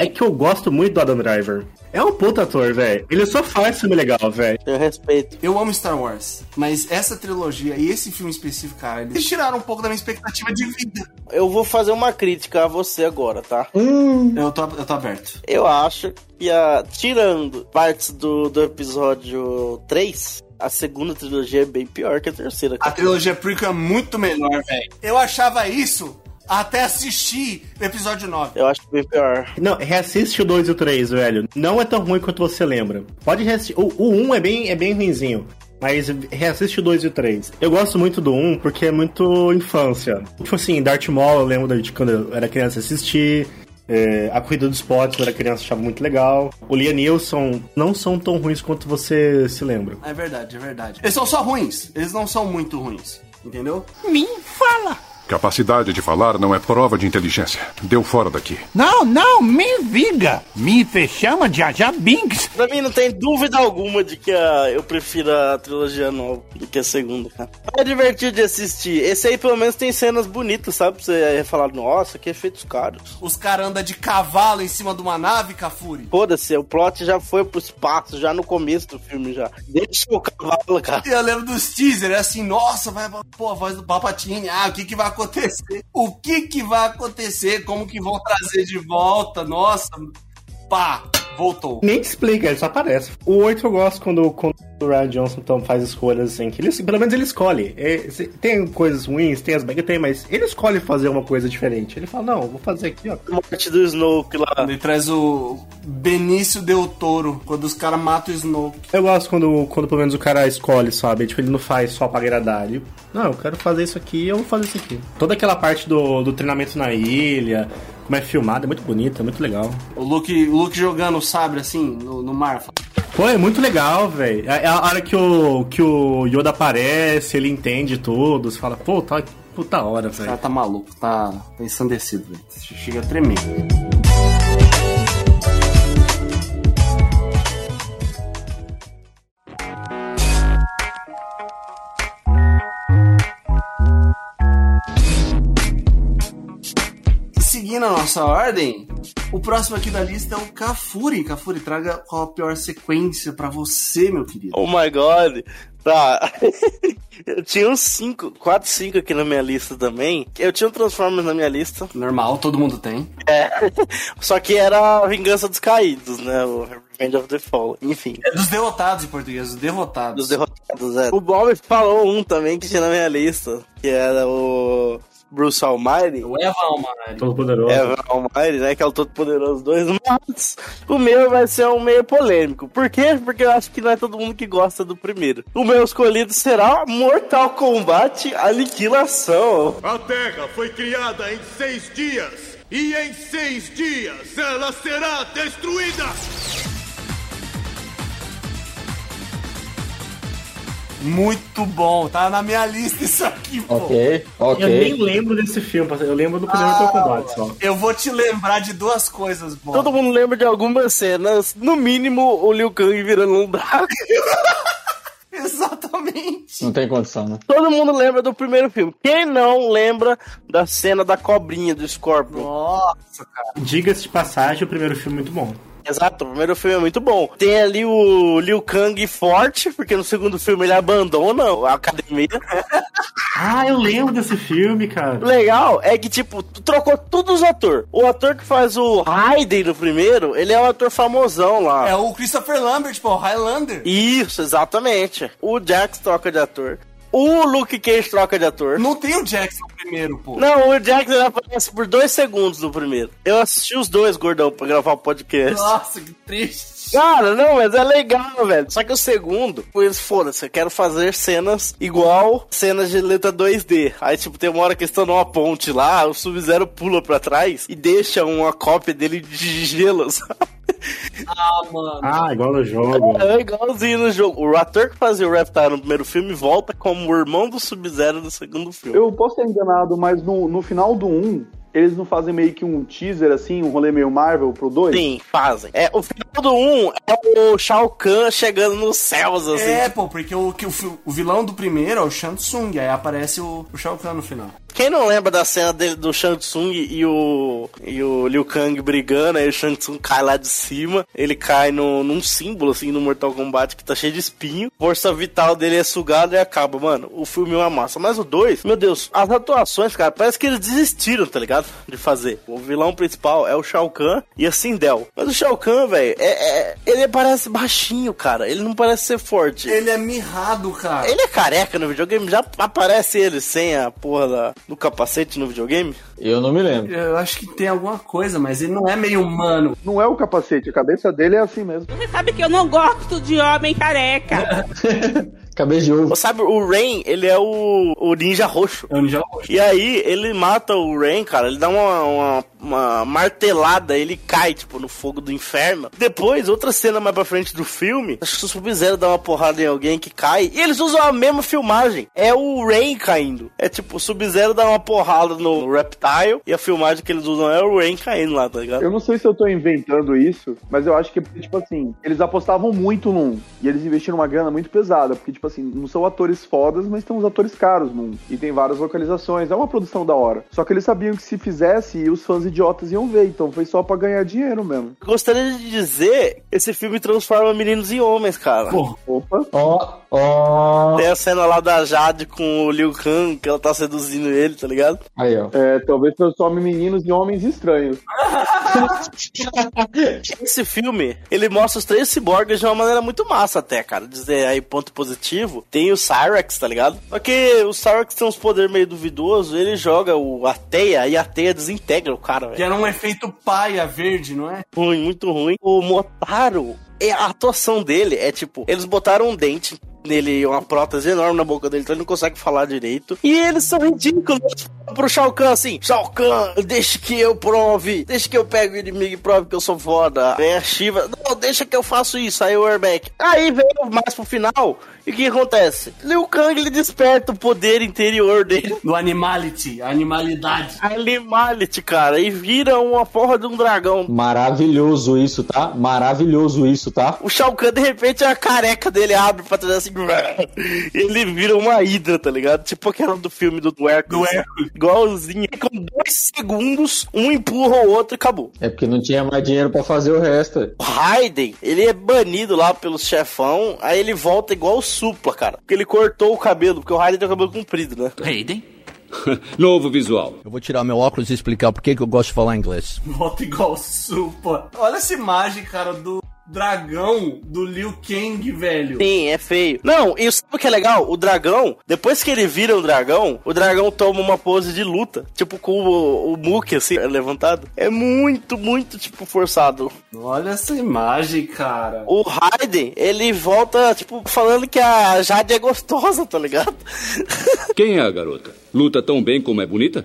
Speaker 2: É que eu gosto muito do Adam Driver. É um puta ator, velho. Ele só faz filme legal, velho.
Speaker 3: Eu respeito.
Speaker 1: Eu amo Star Wars, mas essa trilogia e esse filme específico, cara, eles tiraram um pouco da minha expectativa de vida.
Speaker 3: Eu vou fazer uma crítica a você agora, tá?
Speaker 1: Eu tô, eu tô aberto.
Speaker 3: Eu acho que a. Tirando partes do, do episódio 3, a segunda trilogia é bem pior que a terceira.
Speaker 1: A
Speaker 3: cara.
Speaker 1: trilogia prequel é muito melhor, velho. Eu achava isso até assistir o episódio 9.
Speaker 3: Eu acho bem pior.
Speaker 2: Não, reassiste o 2 e o 3, velho. Não é tão ruim quanto você lembra. Pode reassistir. O, o 1 é bem, é bem ruinzinho. Mas reassiste o 2 e o 3. Eu gosto muito do 1 porque é muito infância. Tipo assim, Darth Maul, eu lembro de quando eu era criança assistir. É, a corrida dos potes, quando eu era criança, eu achava muito legal. O Liam Neeson não são tão ruins quanto você se lembra.
Speaker 1: É verdade, é verdade. Eles são só ruins, eles não são muito ruins, entendeu?
Speaker 10: Capacidade de falar não é prova de inteligência. Deu fora daqui.
Speaker 14: Não, não, me vinga. Me te chama de Jaja Binks.
Speaker 3: Pra mim não tem dúvida alguma de que a, eu prefiro a trilogia nova do que a segunda, cara. É divertido de assistir. Esse aí pelo menos tem cenas bonitas, sabe? Pra você falar, nossa, que efeitos caros.
Speaker 1: Os caras andam de cavalo em cima de uma nave, Cafuri.
Speaker 3: Foda-se, o plot já foi pro espaço, já no começo do filme, já. Deixa o cavalo, cara.
Speaker 1: E eu lembro dos teasers, é assim, nossa, vai, pô, a voz do Palpatine, ah, o que que vai acontecer? O que que vai acontecer? Como que vão trazer de volta? Nossa, pá, voltou.
Speaker 2: Nem te explica, ele só aparece. O 8 eu gosto quando, quando o Ryan Johnson então, faz escolhas assim, que ele, pelo menos ele escolhe. É, se- tem coisas ruins, tem as bagas, tem, mas ele escolhe fazer uma coisa diferente. Ele fala, não, eu vou fazer aqui, ó.
Speaker 3: Morte do Snoke lá.
Speaker 1: Ele traz o Benício Del Toro, quando os caras matam o Snoke.
Speaker 2: Eu gosto quando, quando pelo menos o cara escolhe, sabe? Tipo, ele não faz só pra agradar. Ele, não, eu quero fazer isso aqui, eu vou fazer isso aqui. Toda aquela parte do, do treinamento na ilha, como é filmado, é muito bonito, é muito legal.
Speaker 1: O Luke, o Luke jogando o sabre, assim, no, no mar.
Speaker 2: Pô, é muito legal, velho. É a hora que o, que o Yoda aparece, ele entende tudo, você fala, pô, tá, puta hora,
Speaker 1: O
Speaker 2: velho.
Speaker 1: cara tá maluco, tá, tá ensandecido, velho. Chega a tremer. Seguindo a nossa ordem, o próximo aqui da lista é o Cafuri. Cafuri, traga qual a pior sequência pra você, meu querido.
Speaker 3: Oh my god. Tá. <laughs> eu tinha uns 5, 4, 5 aqui na minha lista também. Eu tinha um Transformers na minha lista.
Speaker 1: Normal, todo mundo tem.
Speaker 3: Só que era a Vingança dos Caídos, né? O Revenge of the Fallen. Enfim.
Speaker 1: É dos derrotados em português, dos derrotados.
Speaker 3: Dos derrotados, é. O Bob falou um também que tinha na minha lista. Que era o Bruce Almighty.
Speaker 1: O Eva Almighty.
Speaker 2: Todo poderoso.
Speaker 3: É, Almighty, né? Que é o Todo-Poderoso 2. Mas o meu vai ser um meio polêmico. Por quê? Porque eu acho que não é todo mundo que gosta do primeiro. O meu escolhido será Mortal Kombat Aniquilação.
Speaker 10: A Terra foi criada em seis dias.
Speaker 13: E em seis dias ela será destruída!
Speaker 1: Muito bom, tá na minha lista isso aqui, pô.
Speaker 7: Ok, ok.
Speaker 2: Eu nem lembro desse filme, eu lembro do primeiro Mortal Kombat só.
Speaker 1: Eu vou te lembrar de duas coisas, bom.
Speaker 3: Todo mundo lembra de algumas cenas, no mínimo o Liu Kang virando um Drago.
Speaker 1: Exatamente.
Speaker 7: Não tem condição, né?
Speaker 3: <laughs> Todo mundo lembra do primeiro filme. Quem não lembra da cena da cobrinha do Scorpion?
Speaker 1: Nossa, cara.
Speaker 2: Diga-se de passagem, o primeiro filme é muito bom.
Speaker 3: Exato, o primeiro filme é muito bom. Tem ali o Liu Kang forte, porque no segundo filme ele abandona a academia.
Speaker 2: Ah, eu lembro desse filme, cara.
Speaker 3: legal é que, tipo, tu trocou todos os atores. O ator que faz o Raiden no primeiro, ele é um ator famosão lá.
Speaker 1: É o Christopher Lambert, pô, Highlander.
Speaker 3: Isso, exatamente. O Jax troca de ator. O Luke Cage troca de ator.
Speaker 1: Não tem o Jackson primeiro, pô.
Speaker 3: Não, o Jax ele aparece por dois segundos no primeiro. Eu assisti os dois, gordão, pra gravar o podcast.
Speaker 1: Nossa, que triste.
Speaker 3: Cara, não, mas é legal, velho. Só que o segundo, pois foda-se, eu quero fazer cenas igual cenas de letra 2D. Aí, tipo, tem uma hora que eles estão numa ponte lá, o Sub-Zero pula pra trás e deixa uma cópia dele de gelo, <laughs> sabe?
Speaker 1: Ah, mano.
Speaker 2: Ah, igual no jogo.
Speaker 3: É igualzinho no jogo. O ator que fazia o Reptile no primeiro filme volta como o irmão do Sub-Zero no segundo filme.
Speaker 4: Eu posso ter enganado, mas no, no final do 1, eles não fazem meio que um teaser assim, um rolê meio Marvel pro 2?
Speaker 3: Sim, fazem. É, o final do 1 é o Shao Kahn chegando nos céus, assim.
Speaker 1: É, pô, porque o, que o, fi- o vilão do primeiro é o Shang Tsung, aí aparece o, o Shao Kahn no final.
Speaker 3: Quem não lembra da cena dele do Shang Tsung e o, e o Liu Kang brigando, aí o Shang Tsung cai lá de cima, ele cai no, num símbolo, assim, no Mortal Kombat que tá cheio de espinho, força vital dele é sugada e acaba. Mano, o filme é uma massa. Mas o 2, meu Deus, as atuações, cara, parece que eles desistiram, tá ligado? De fazer. O vilão principal é o Shao Kahn e a Sindel. Mas o Shao Kahn, velho, é, é- ele parece baixinho, cara. Ele não parece ser forte.
Speaker 1: Ele é mirrado, cara.
Speaker 3: Ele é careca no videogame? Já aparece ele sem a porra da- do capacete no videogame?
Speaker 7: Eu não me lembro.
Speaker 1: Eu acho que tem alguma coisa, mas ele não é meio humano.
Speaker 4: Não é o capacete, a cabeça dele é assim mesmo.
Speaker 15: Você sabe que eu não gosto de homem careca.
Speaker 7: Cabeça de ovo.
Speaker 3: Sabe, o Rain, ele é o, o ninja roxo.
Speaker 1: É um ninja roxo.
Speaker 3: E aí, ele mata o Rain, cara. Ele dá uma, uma, uma martelada, ele cai, tipo, no fogo do inferno. Depois, outra cena mais pra frente do filme, acho que o Sub-Zero dá uma porrada em alguém que cai. E eles usam a mesma filmagem. É o Rain caindo. É tipo, o Sub-Zero dá uma porrada no Reptile. E a filmagem que eles usam é o Rain caindo lá, tá ligado?
Speaker 4: Eu não sei se eu tô inventando isso, mas eu acho que, tipo assim, eles apostavam muito num. E eles investiram uma grana muito pesada, porque, tipo assim, não são atores fodas, mas tem uns atores caros num. E tem várias localizações, é uma produção da hora. Só que eles sabiam que se fizesse, os fãs idiotas iam ver, então foi só pra ganhar dinheiro mesmo.
Speaker 3: Gostaria de dizer, esse filme transforma meninos em homens, cara.
Speaker 1: Pô,
Speaker 4: Opa.
Speaker 7: Ó, ó.
Speaker 3: Tem a cena lá da Jade com o Liu Kang, que ela tá seduzindo ele, tá ligado?
Speaker 7: Aí, ó.
Speaker 4: É, talvez transforme meninos em homens estranhos.
Speaker 3: Esse filme, ele mostra os três ciborgues de uma maneira muito massa até, cara. Dizer aí, ponto positivo, tem o Cyrex, tá ligado? Só que o Cyrex tem uns poderes meio duvidosos, ele joga o, a teia e a teia desintegra o cara, velho.
Speaker 1: Que era um efeito paia verde, não é?
Speaker 3: ruim, muito ruim. O Motaro, é, a atuação dele é tipo, eles botaram um dente nele, uma prótese enorme na boca dele, então ele não consegue falar direito. E eles são ridículos. Eles falam Pro Shao Kahn assim, Shao Kahn, deixa que eu prove, deixa que eu pego o inimigo e prove que eu sou foda. Vem a Shiva, não, deixa que eu faço isso, aí o Airback. Aí veio mais pro final, e o que acontece? Liu Kang, ele desperta o poder interior dele. <laughs>
Speaker 1: Do animality, a animalidade.
Speaker 3: Animality, cara, e vira uma porra de um dragão.
Speaker 7: Maravilhoso isso, tá? Maravilhoso isso, tá?
Speaker 3: O Shao Kahn, de repente, a careca dele abre pra trás assim. Ele vira uma hidra, tá ligado? Tipo aquela do filme do Hércules.
Speaker 1: Do
Speaker 3: Igualzinho. Com dois segundos, um empurra o outro e acabou.
Speaker 7: É porque não tinha mais dinheiro pra fazer o resto.
Speaker 3: O Raiden, ele é banido lá pelos chefão, aí ele volta igual o Supla, cara. Porque ele cortou o cabelo, porque o Raiden tem o cabelo comprido, né?
Speaker 9: Raiden? Novo visual.
Speaker 16: Eu vou tirar meu óculos e explicar por que que eu gosto de falar inglês.
Speaker 1: Volta igual supa. Olha essa imagem, cara, do dragão do Liu Kang, velho.
Speaker 3: Sim, é feio. Não, e sabe o que é legal? O dragão, depois que ele vira um dragão, o dragão toma uma pose de luta. Tipo com o, o Muki, assim, levantado. É muito, muito, tipo, forçado.
Speaker 1: Olha essa imagem, cara.
Speaker 3: O Raiden, ele volta, tipo, falando que a Jade é gostosa, tá ligado?
Speaker 9: Quem é a garota?
Speaker 12: Luta tão bem como é bonita?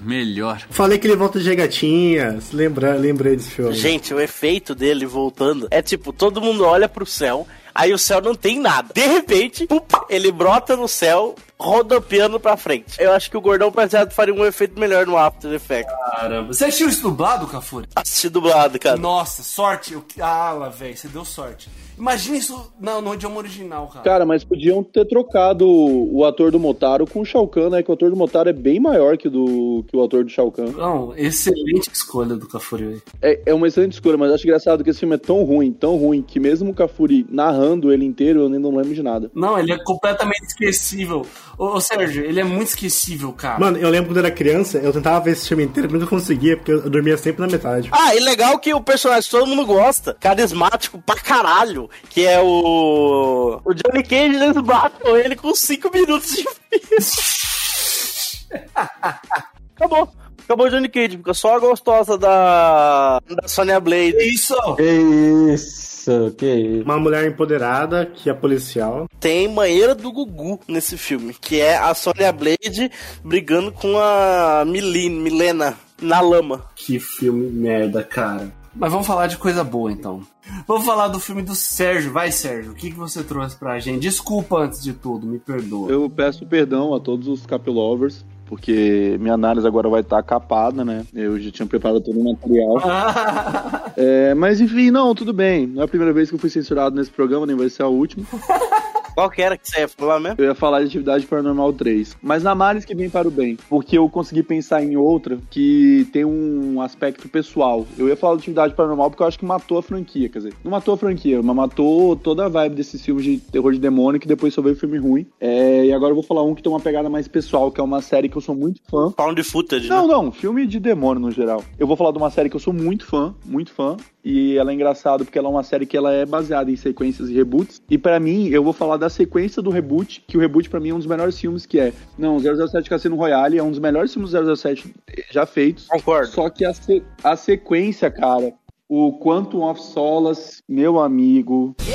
Speaker 17: Melhor.
Speaker 2: Falei que ele volta de gatinhas. Lembra, lembrei desse filme.
Speaker 3: Gente, o efeito dele voltando é tipo, todo mundo olha pro céu, aí o céu não tem nada. De repente, pup, ele brota no céu, rodopiando pra frente. Eu acho que o gordão prateado faria um efeito melhor no After Effects.
Speaker 1: Caramba. Você assistiu isso dublado, Cafuri?
Speaker 3: Assisti tá dublado, cara.
Speaker 1: Nossa, sorte. Eu... Ah, lá, velho, você deu sorte. Imagina isso na, no idioma original, cara.
Speaker 4: Cara, mas podiam ter trocado o ator do Motaro com o Shao Kahn, né? Que o ator do Motaro é bem maior que, do, que o ator do Shao Kahn.
Speaker 1: Não, excelente escolha do Cafuri, velho.
Speaker 4: É, é uma excelente escolha, mas acho engraçado que esse filme é tão ruim, tão ruim, que mesmo o Cafuri narrando ele inteiro, eu nem não lembro de nada.
Speaker 1: Não, ele é completamente esquecível. Ô, ô, Sérgio, ele é muito esquecível, cara.
Speaker 2: Mano, eu lembro quando eu era criança, eu tentava ver esse filme inteiro, mas não conseguia, porque eu dormia sempre na metade.
Speaker 3: Ah, e legal que o personagem todo mundo gosta. Carismático pra caralho. Que é o. O Johnny Cage, eles matam ele com 5 minutos de filme. <laughs> Acabou. Acabou o Johnny Cage, fica só a gostosa da. da Sonya Blade.
Speaker 1: Isso!
Speaker 7: Que isso, que isso.
Speaker 2: Uma mulher empoderada, que é policial.
Speaker 3: Tem Banheira do Gugu nesse filme, que é a Sonya Blade brigando com a Milene, Milena na lama.
Speaker 1: Que filme merda, cara. Mas vamos falar de coisa boa então. Vamos falar do filme do Sérgio. Vai, Sérgio, o que, que você trouxe pra gente? Desculpa antes de tudo, me perdoa.
Speaker 4: Eu peço perdão a todos os Capilovers porque minha análise agora vai estar capada, né? Eu já tinha preparado todo o material. É, mas enfim, não, tudo bem. Não é a primeira vez que eu fui censurado nesse programa, nem vai ser a última.
Speaker 3: Qual que era que você ia falar mesmo?
Speaker 4: Eu ia falar de Atividade Paranormal 3. Mas na análise que vem para o bem, porque eu consegui pensar em outra que tem um aspecto pessoal. Eu ia falar de Atividade Paranormal porque eu acho que matou a franquia, quer dizer, não matou a franquia, mas matou toda a vibe desses filmes de terror de demônio que depois só veio filme ruim. É, e agora eu vou falar um que tem uma pegada mais pessoal, que é uma série que eu sou muito fã.
Speaker 3: Found footage,
Speaker 4: Não,
Speaker 3: né?
Speaker 4: não, filme de demônio no geral. Eu vou falar de uma série que eu sou muito fã, muito fã, e ela é engraçada porque ela é uma série que ela é baseada em sequências e reboots. E para mim, eu vou falar da sequência do reboot, que o reboot para mim é um dos melhores filmes que é. Não, 007 Cassino Royale é um dos melhores filmes do 007 já feitos.
Speaker 3: Concordo.
Speaker 4: Só que a, se- a sequência, cara, o Quantum of Solace, meu amigo.
Speaker 1: <laughs>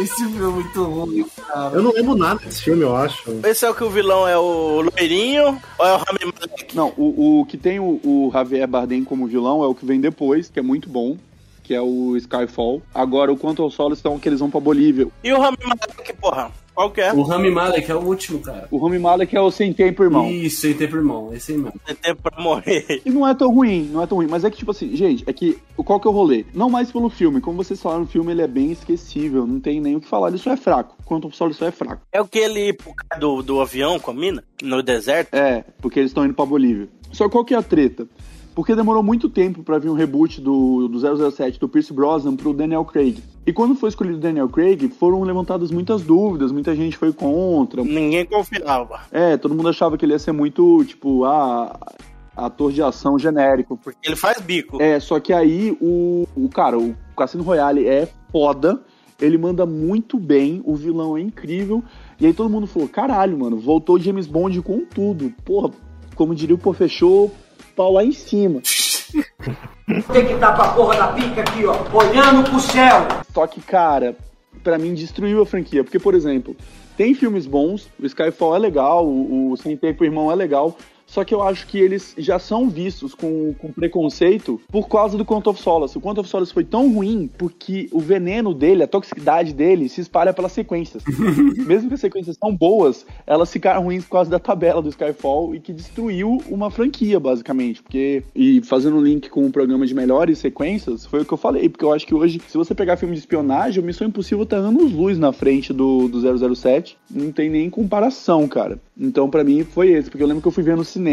Speaker 1: Esse filme é muito ruim, cara.
Speaker 2: Eu não lembro nada desse filme, eu acho.
Speaker 3: Esse é o que o vilão é o loirinho ou é o Rami Malek?
Speaker 4: Não, o, o que tem o, o Javier Bardem como vilão é o que vem depois, que é muito bom. Que é o Skyfall. Agora, o Quantum of Solace estão que eles vão pra Bolívia.
Speaker 3: E o Rami Malek, porra? Qual que é?
Speaker 1: O Rami Malek é o último, cara.
Speaker 4: O Rami Malek é o Sem Tempo, irmão.
Speaker 1: Isso, sem tempo irmão, esse aí mesmo.
Speaker 3: Tem tempo pra morrer.
Speaker 4: E não é tão ruim, não é tão ruim. Mas é que, tipo assim, gente, é que qual que é o rolê? Não mais pelo filme. Como vocês falaram, o filme ele é bem esquecível. Não tem nem o que falar. Ele só é fraco. Quanto ao solo, ele só é fraco.
Speaker 3: É o que ele pro cara do, do avião com a mina? No deserto?
Speaker 4: É, porque eles estão indo pra Bolívia. Só qual que é a treta? Porque demorou muito tempo pra vir um reboot do, do 007 do Pierce Brosnan pro Daniel Craig. E quando foi escolhido o Daniel Craig, foram levantadas muitas dúvidas, muita gente foi contra.
Speaker 3: Ninguém confiava.
Speaker 4: É, todo mundo achava que ele ia ser muito, tipo, ah, ator de ação genérico.
Speaker 3: Porque ele faz bico.
Speaker 4: É, só que aí o, o cara, o Cassino Royale é foda, ele manda muito bem, o vilão é incrível. E aí todo mundo falou: caralho, mano, voltou James Bond com tudo. Porra, como diria o pô, fechou pau lá em cima.
Speaker 13: Tem que dar pra porra da pica aqui, ó, olhando pro céu.
Speaker 4: Só que, cara, pra mim destruiu a franquia. Porque, por exemplo, tem filmes bons, o Skyfall é legal, o, o Sem Tempo Irmão é legal. Só que eu acho que eles já são vistos com, com preconceito por causa do Quantum of Solace. O Quantum of Solace foi tão ruim porque o veneno dele, a toxicidade dele, se espalha pelas sequências. Mesmo que as sequências são boas, elas ficaram ruins por causa da tabela do Skyfall e que destruiu uma franquia, basicamente. Porque, e fazendo um link com o programa de melhores sequências, foi o que eu falei. Porque eu acho que hoje, se você pegar filme de espionagem, o Missão Impossível tá anos luz na frente do, do 007. Não tem nem comparação, cara. Então, pra mim, foi esse. Porque eu lembro que eu fui ver no cinema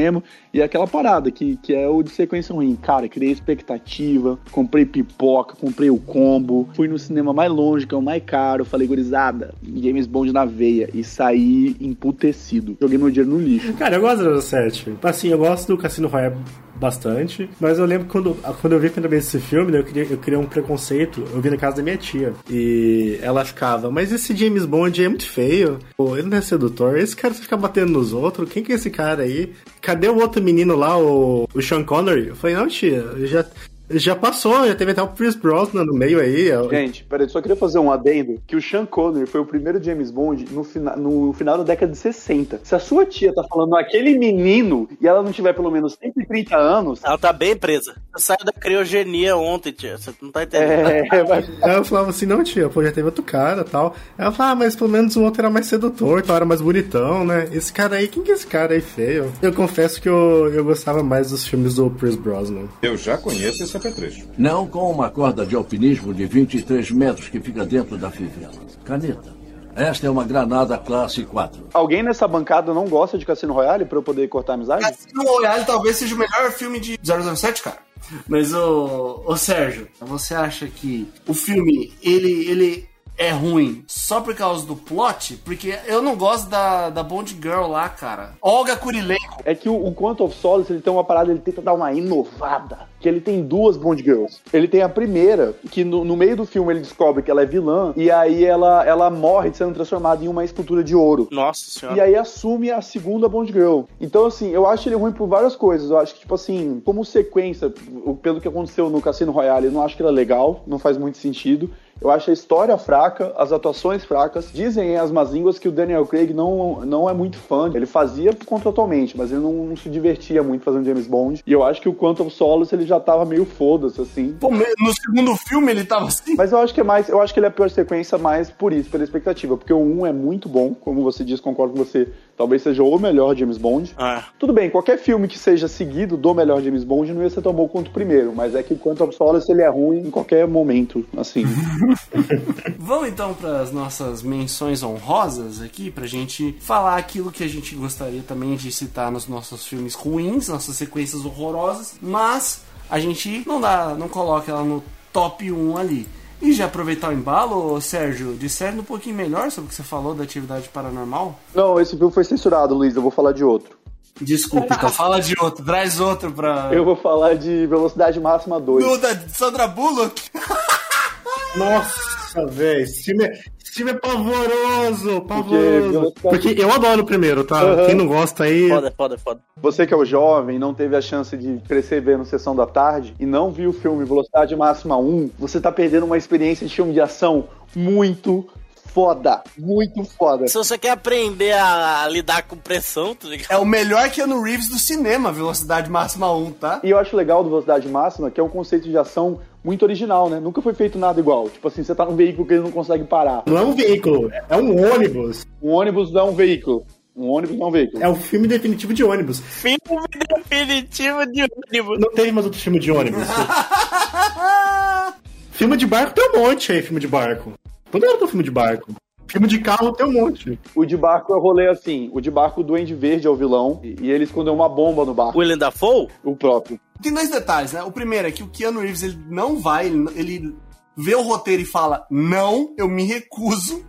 Speaker 4: e é aquela parada que, que é o de sequência ruim. Cara, criei expectativa, comprei pipoca, comprei o combo, fui no cinema mais longe, que é o mais caro. Falei, gurizada, James Bond na veia. E saí emputecido. Joguei meu dinheiro no lixo.
Speaker 2: Cara, eu gosto do 07. Assim, eu gosto do Cassino Royale bastante, mas eu lembro quando, quando eu vi a primeira vez esse filme, né, eu criei, eu criei um preconceito, eu vi na casa da minha tia, e ela ficava, mas esse James Bond é muito feio, pô, ele não é sedutor, esse cara só fica batendo nos outros, quem que é esse cara aí? Cadê o outro menino lá, o, o Sean Connery? Eu falei, não tia, eu já... Já passou, já teve até o Chris Brosnan no meio aí.
Speaker 4: Gente, peraí, só queria fazer um adendo que o Sean Connery foi o primeiro James Bond no, fina, no final da década de 60. Se a sua tia tá falando aquele menino e ela não tiver pelo menos 130 anos...
Speaker 3: Ela tá bem presa. Você saiu da criogenia ontem, tia. Você não tá entendendo.
Speaker 4: <laughs>
Speaker 2: É, mas... Aí eu falava assim, não, tia, pô, já teve outro cara tal. Ela falava, ah, mas pelo menos o outro era mais sedutor, tal, era mais bonitão, né? Esse cara aí, quem que é esse cara aí feio? Eu confesso que eu, eu gostava mais dos filmes do Chris Brosnan.
Speaker 10: Eu já conheço esse apetrecho.
Speaker 12: Não com uma corda de alpinismo de 23 metros que fica dentro da fivela. Caneta. Esta é uma granada classe 4.
Speaker 4: Alguém nessa bancada não gosta de Cassino Royale pra eu poder cortar a amizade?
Speaker 1: Cassino Royale talvez seja o melhor filme de 007, cara. Mas, ô, ô Sérgio, você acha que o filme, ele, ele é ruim só por causa do plot? Porque eu não gosto da, da Bond Girl lá, cara. Olga Kurilenko.
Speaker 4: É que o, o Quantum of Solace, ele tem uma parada, ele tenta dar uma inovada. Que ele tem duas Bond Girls. Ele tem a primeira, que no, no meio do filme ele descobre que ela é vilã, e aí ela, ela morre sendo transformada em uma escultura de ouro.
Speaker 3: Nossa senhora.
Speaker 4: E aí assume a segunda Bond Girl. Então, assim, eu acho ele ruim por várias coisas. Eu acho que, tipo assim, como sequência, pelo que aconteceu no Cassino Royale, eu não acho que era legal, não faz muito sentido. Eu acho a história fraca, as atuações fracas. Dizem as más línguas que o Daniel Craig não, não é muito fã. Ele fazia contratualmente, mas ele não, não se divertia muito fazendo James Bond. E eu acho que o Quantum Solace ele já tava meio foda-se, assim.
Speaker 1: Pô, no segundo filme ele tava assim?
Speaker 4: Mas eu acho que é mais, eu acho que ele é a pior sequência mais por isso, pela expectativa. Porque o 1 é muito bom, como você diz, concordo com você. Talvez seja o melhor James Bond.
Speaker 3: Ah.
Speaker 4: Tudo bem, qualquer filme que seja seguido do melhor James Bond não ia ser tão bom quanto o primeiro, mas é que o Quantum Solace ele é ruim em qualquer momento, assim.
Speaker 1: Vamos então para as nossas menções honrosas aqui, pra gente falar aquilo que a gente gostaria também de citar nos nossos filmes ruins, nossas sequências horrorosas, mas a gente não dá, não coloca ela no top 1 ali. E já aproveitar o embalo, Sérgio, disser um pouquinho melhor sobre o que você falou da atividade paranormal?
Speaker 4: Não, esse filme foi censurado, Luiz, eu vou falar de outro.
Speaker 1: Desculpa, então fala de outro, traz outro pra.
Speaker 4: Eu vou falar de Velocidade Máxima 2.
Speaker 1: Duda, Sandra Bullock!
Speaker 2: Nossa, velho, esse filme, é, esse filme é pavoroso, pavoroso. Porque, Porque eu adoro o primeiro, tá?
Speaker 3: Uhum.
Speaker 2: Quem não gosta aí.
Speaker 3: Foda, foda, foda.
Speaker 4: Você que é o jovem, não teve a chance de crescer vendo Sessão da Tarde e não viu o filme Velocidade Máxima 1, você tá perdendo uma experiência de filme de ação muito foda, muito foda.
Speaker 3: Se você quer aprender a lidar com pressão, tá ligado?
Speaker 1: É o melhor que Keanu Reeves do cinema, Velocidade Máxima 1, <laughs> tá?
Speaker 4: E eu acho legal do Velocidade Máxima, que é um conceito de ação muito original, né? Nunca foi feito nada igual. Tipo assim, você tá num veículo que ele não consegue parar.
Speaker 2: Não é um veículo, é um ônibus.
Speaker 4: Um ônibus não é um veículo. Um ônibus não é um veículo.
Speaker 2: É o filme definitivo de ônibus.
Speaker 3: Filme definitivo de ônibus.
Speaker 2: Não tem mais outro filme de <laughs> ônibus. filme de barco tem um monte aí, filme de barco. Toda hora tem um filme de barco. Filme de carro tem um monte.
Speaker 4: O de barco eu rolei assim. O de barco, o Duende Verde é o vilão. E, e ele escondeu uma bomba no barco.
Speaker 3: William Dafoe?
Speaker 4: O próprio.
Speaker 1: Tem dois detalhes, né? O primeiro é que o Keanu Reeves, ele não vai, ele, ele vê o roteiro e fala, não, eu me recuso.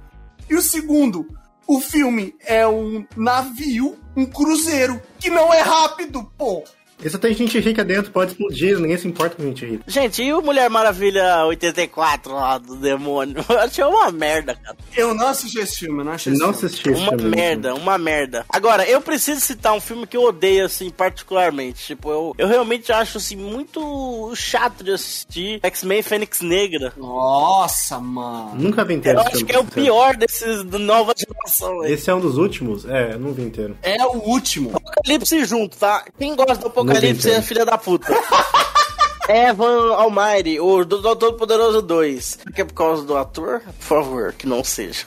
Speaker 1: E o segundo, o filme é um navio, um cruzeiro, que não é rápido, pô.
Speaker 2: Isso tem gente rica dentro, pode explodir, ninguém se importa com gente rica.
Speaker 3: Gente, e o Mulher Maravilha 84 lá do demônio? <laughs> Eu achei uma merda, cara.
Speaker 1: Eu não assisti esse filme, eu não achei
Speaker 2: não assisti esse
Speaker 3: Uma
Speaker 2: filme.
Speaker 3: merda, uma merda. Agora, eu preciso citar um filme que eu odeio, assim, particularmente. Tipo, eu, eu realmente acho, assim, muito chato de assistir. X-Men Fênix Negra.
Speaker 1: Nossa, mano.
Speaker 2: Nunca vi inteiro.
Speaker 3: Eu acho que é o pior né? desses da nova geração. aí.
Speaker 2: Esse é um dos últimos? É, eu não vi inteiro.
Speaker 1: É o último.
Speaker 3: Apocalipse junto, tá? Quem gosta do Apocalipse? Apocalipse é filha da puta. <laughs> Evan Almighty, o do Doutor Poderoso 2. Que é por causa do ator? Por favor, que não seja.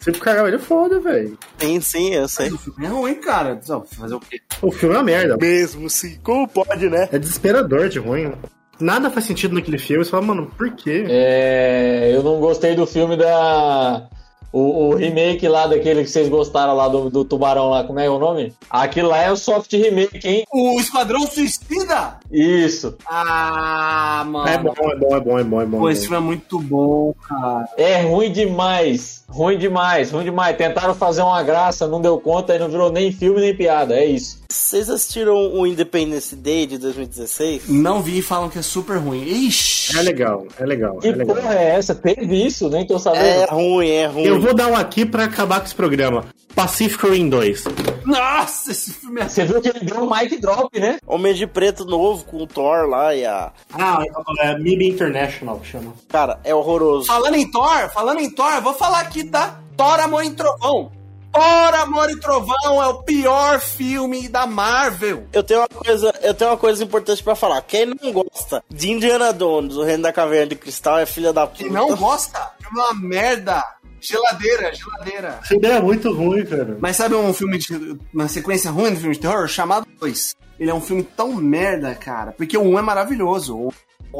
Speaker 2: Você fica ele é foda, velho.
Speaker 3: Sim, sim, eu sei.
Speaker 1: Mas o filme é ruim, cara. Só, Fazer o quê?
Speaker 2: O filme é uma merda.
Speaker 3: Mesmo sim. Como pode, né?
Speaker 2: É desesperador de ruim. Nada faz sentido naquele filme. Você fala, mano, por quê?
Speaker 7: É, eu não gostei do filme da. O, o, remake lá daquele que vocês gostaram lá do, do, tubarão lá, como é o nome? Aquilo lá é o soft remake, hein?
Speaker 1: O Esquadrão Suicida?
Speaker 7: Isso.
Speaker 1: Ah, mano.
Speaker 2: É bom, é bom, é bom, é bom. É bom.
Speaker 1: Pô, esse filme é muito bom, cara.
Speaker 7: É ruim demais. Ruim demais, ruim demais. Tentaram fazer uma graça, não deu conta e não virou nem filme nem piada. É isso.
Speaker 3: Vocês assistiram o Independence Day de 2016?
Speaker 1: Não vi e falam que é super ruim. Ixi!
Speaker 2: É legal, é legal.
Speaker 7: Que
Speaker 2: é legal.
Speaker 7: porra é essa? Teve isso, nem tô sabendo.
Speaker 3: É ruim, é ruim.
Speaker 2: Eu vou dar um aqui pra acabar com esse programa. Pacific Rim 2.
Speaker 1: Nossa, esse filme é.
Speaker 7: Você viu que ele deu um mic drop, né?
Speaker 3: Homem de Preto novo com o Thor lá e a.
Speaker 2: Ah, é, é MIB International que chama.
Speaker 3: Cara, é horroroso.
Speaker 1: Falando em Thor, falando em Thor, eu vou falar aqui, tá? Thor, Amor e Trovão. Thor, Amor e Trovão é o pior filme da Marvel.
Speaker 3: Eu tenho uma coisa, eu tenho uma coisa importante pra falar. Quem não gosta de Indiana Jones, o Reino da Caverna de Cristal, é filha da puta.
Speaker 1: Quem não gosta é uma merda. Geladeira, geladeira.
Speaker 2: Essa ideia é muito ruim, cara.
Speaker 1: Mas sabe um filme de. uma sequência ruim do filme de terror? Chamado 2. Ele é um filme tão merda, cara. Porque o 1 um é maravilhoso. O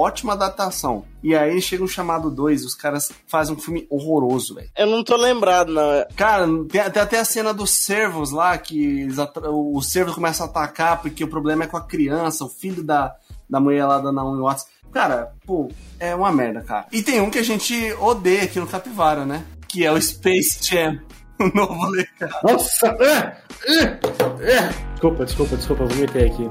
Speaker 1: ótima adaptação. E aí chega o chamado 2, os caras fazem um filme horroroso, velho.
Speaker 3: Eu não tô lembrado, não.
Speaker 1: Cara, tem, tem até a cena dos servos lá, que os servos começam a atacar porque o problema é com a criança, o filho da, da mulher lá da Naomi Watts. Cara, pô, é uma merda, cara. E tem um que a gente odeia aqui no Capivara, né? Que é o Space Jam. <laughs> O novo legal.
Speaker 2: Nossa! É, é, é. Desculpa, desculpa, desculpa, eu vou meter aqui.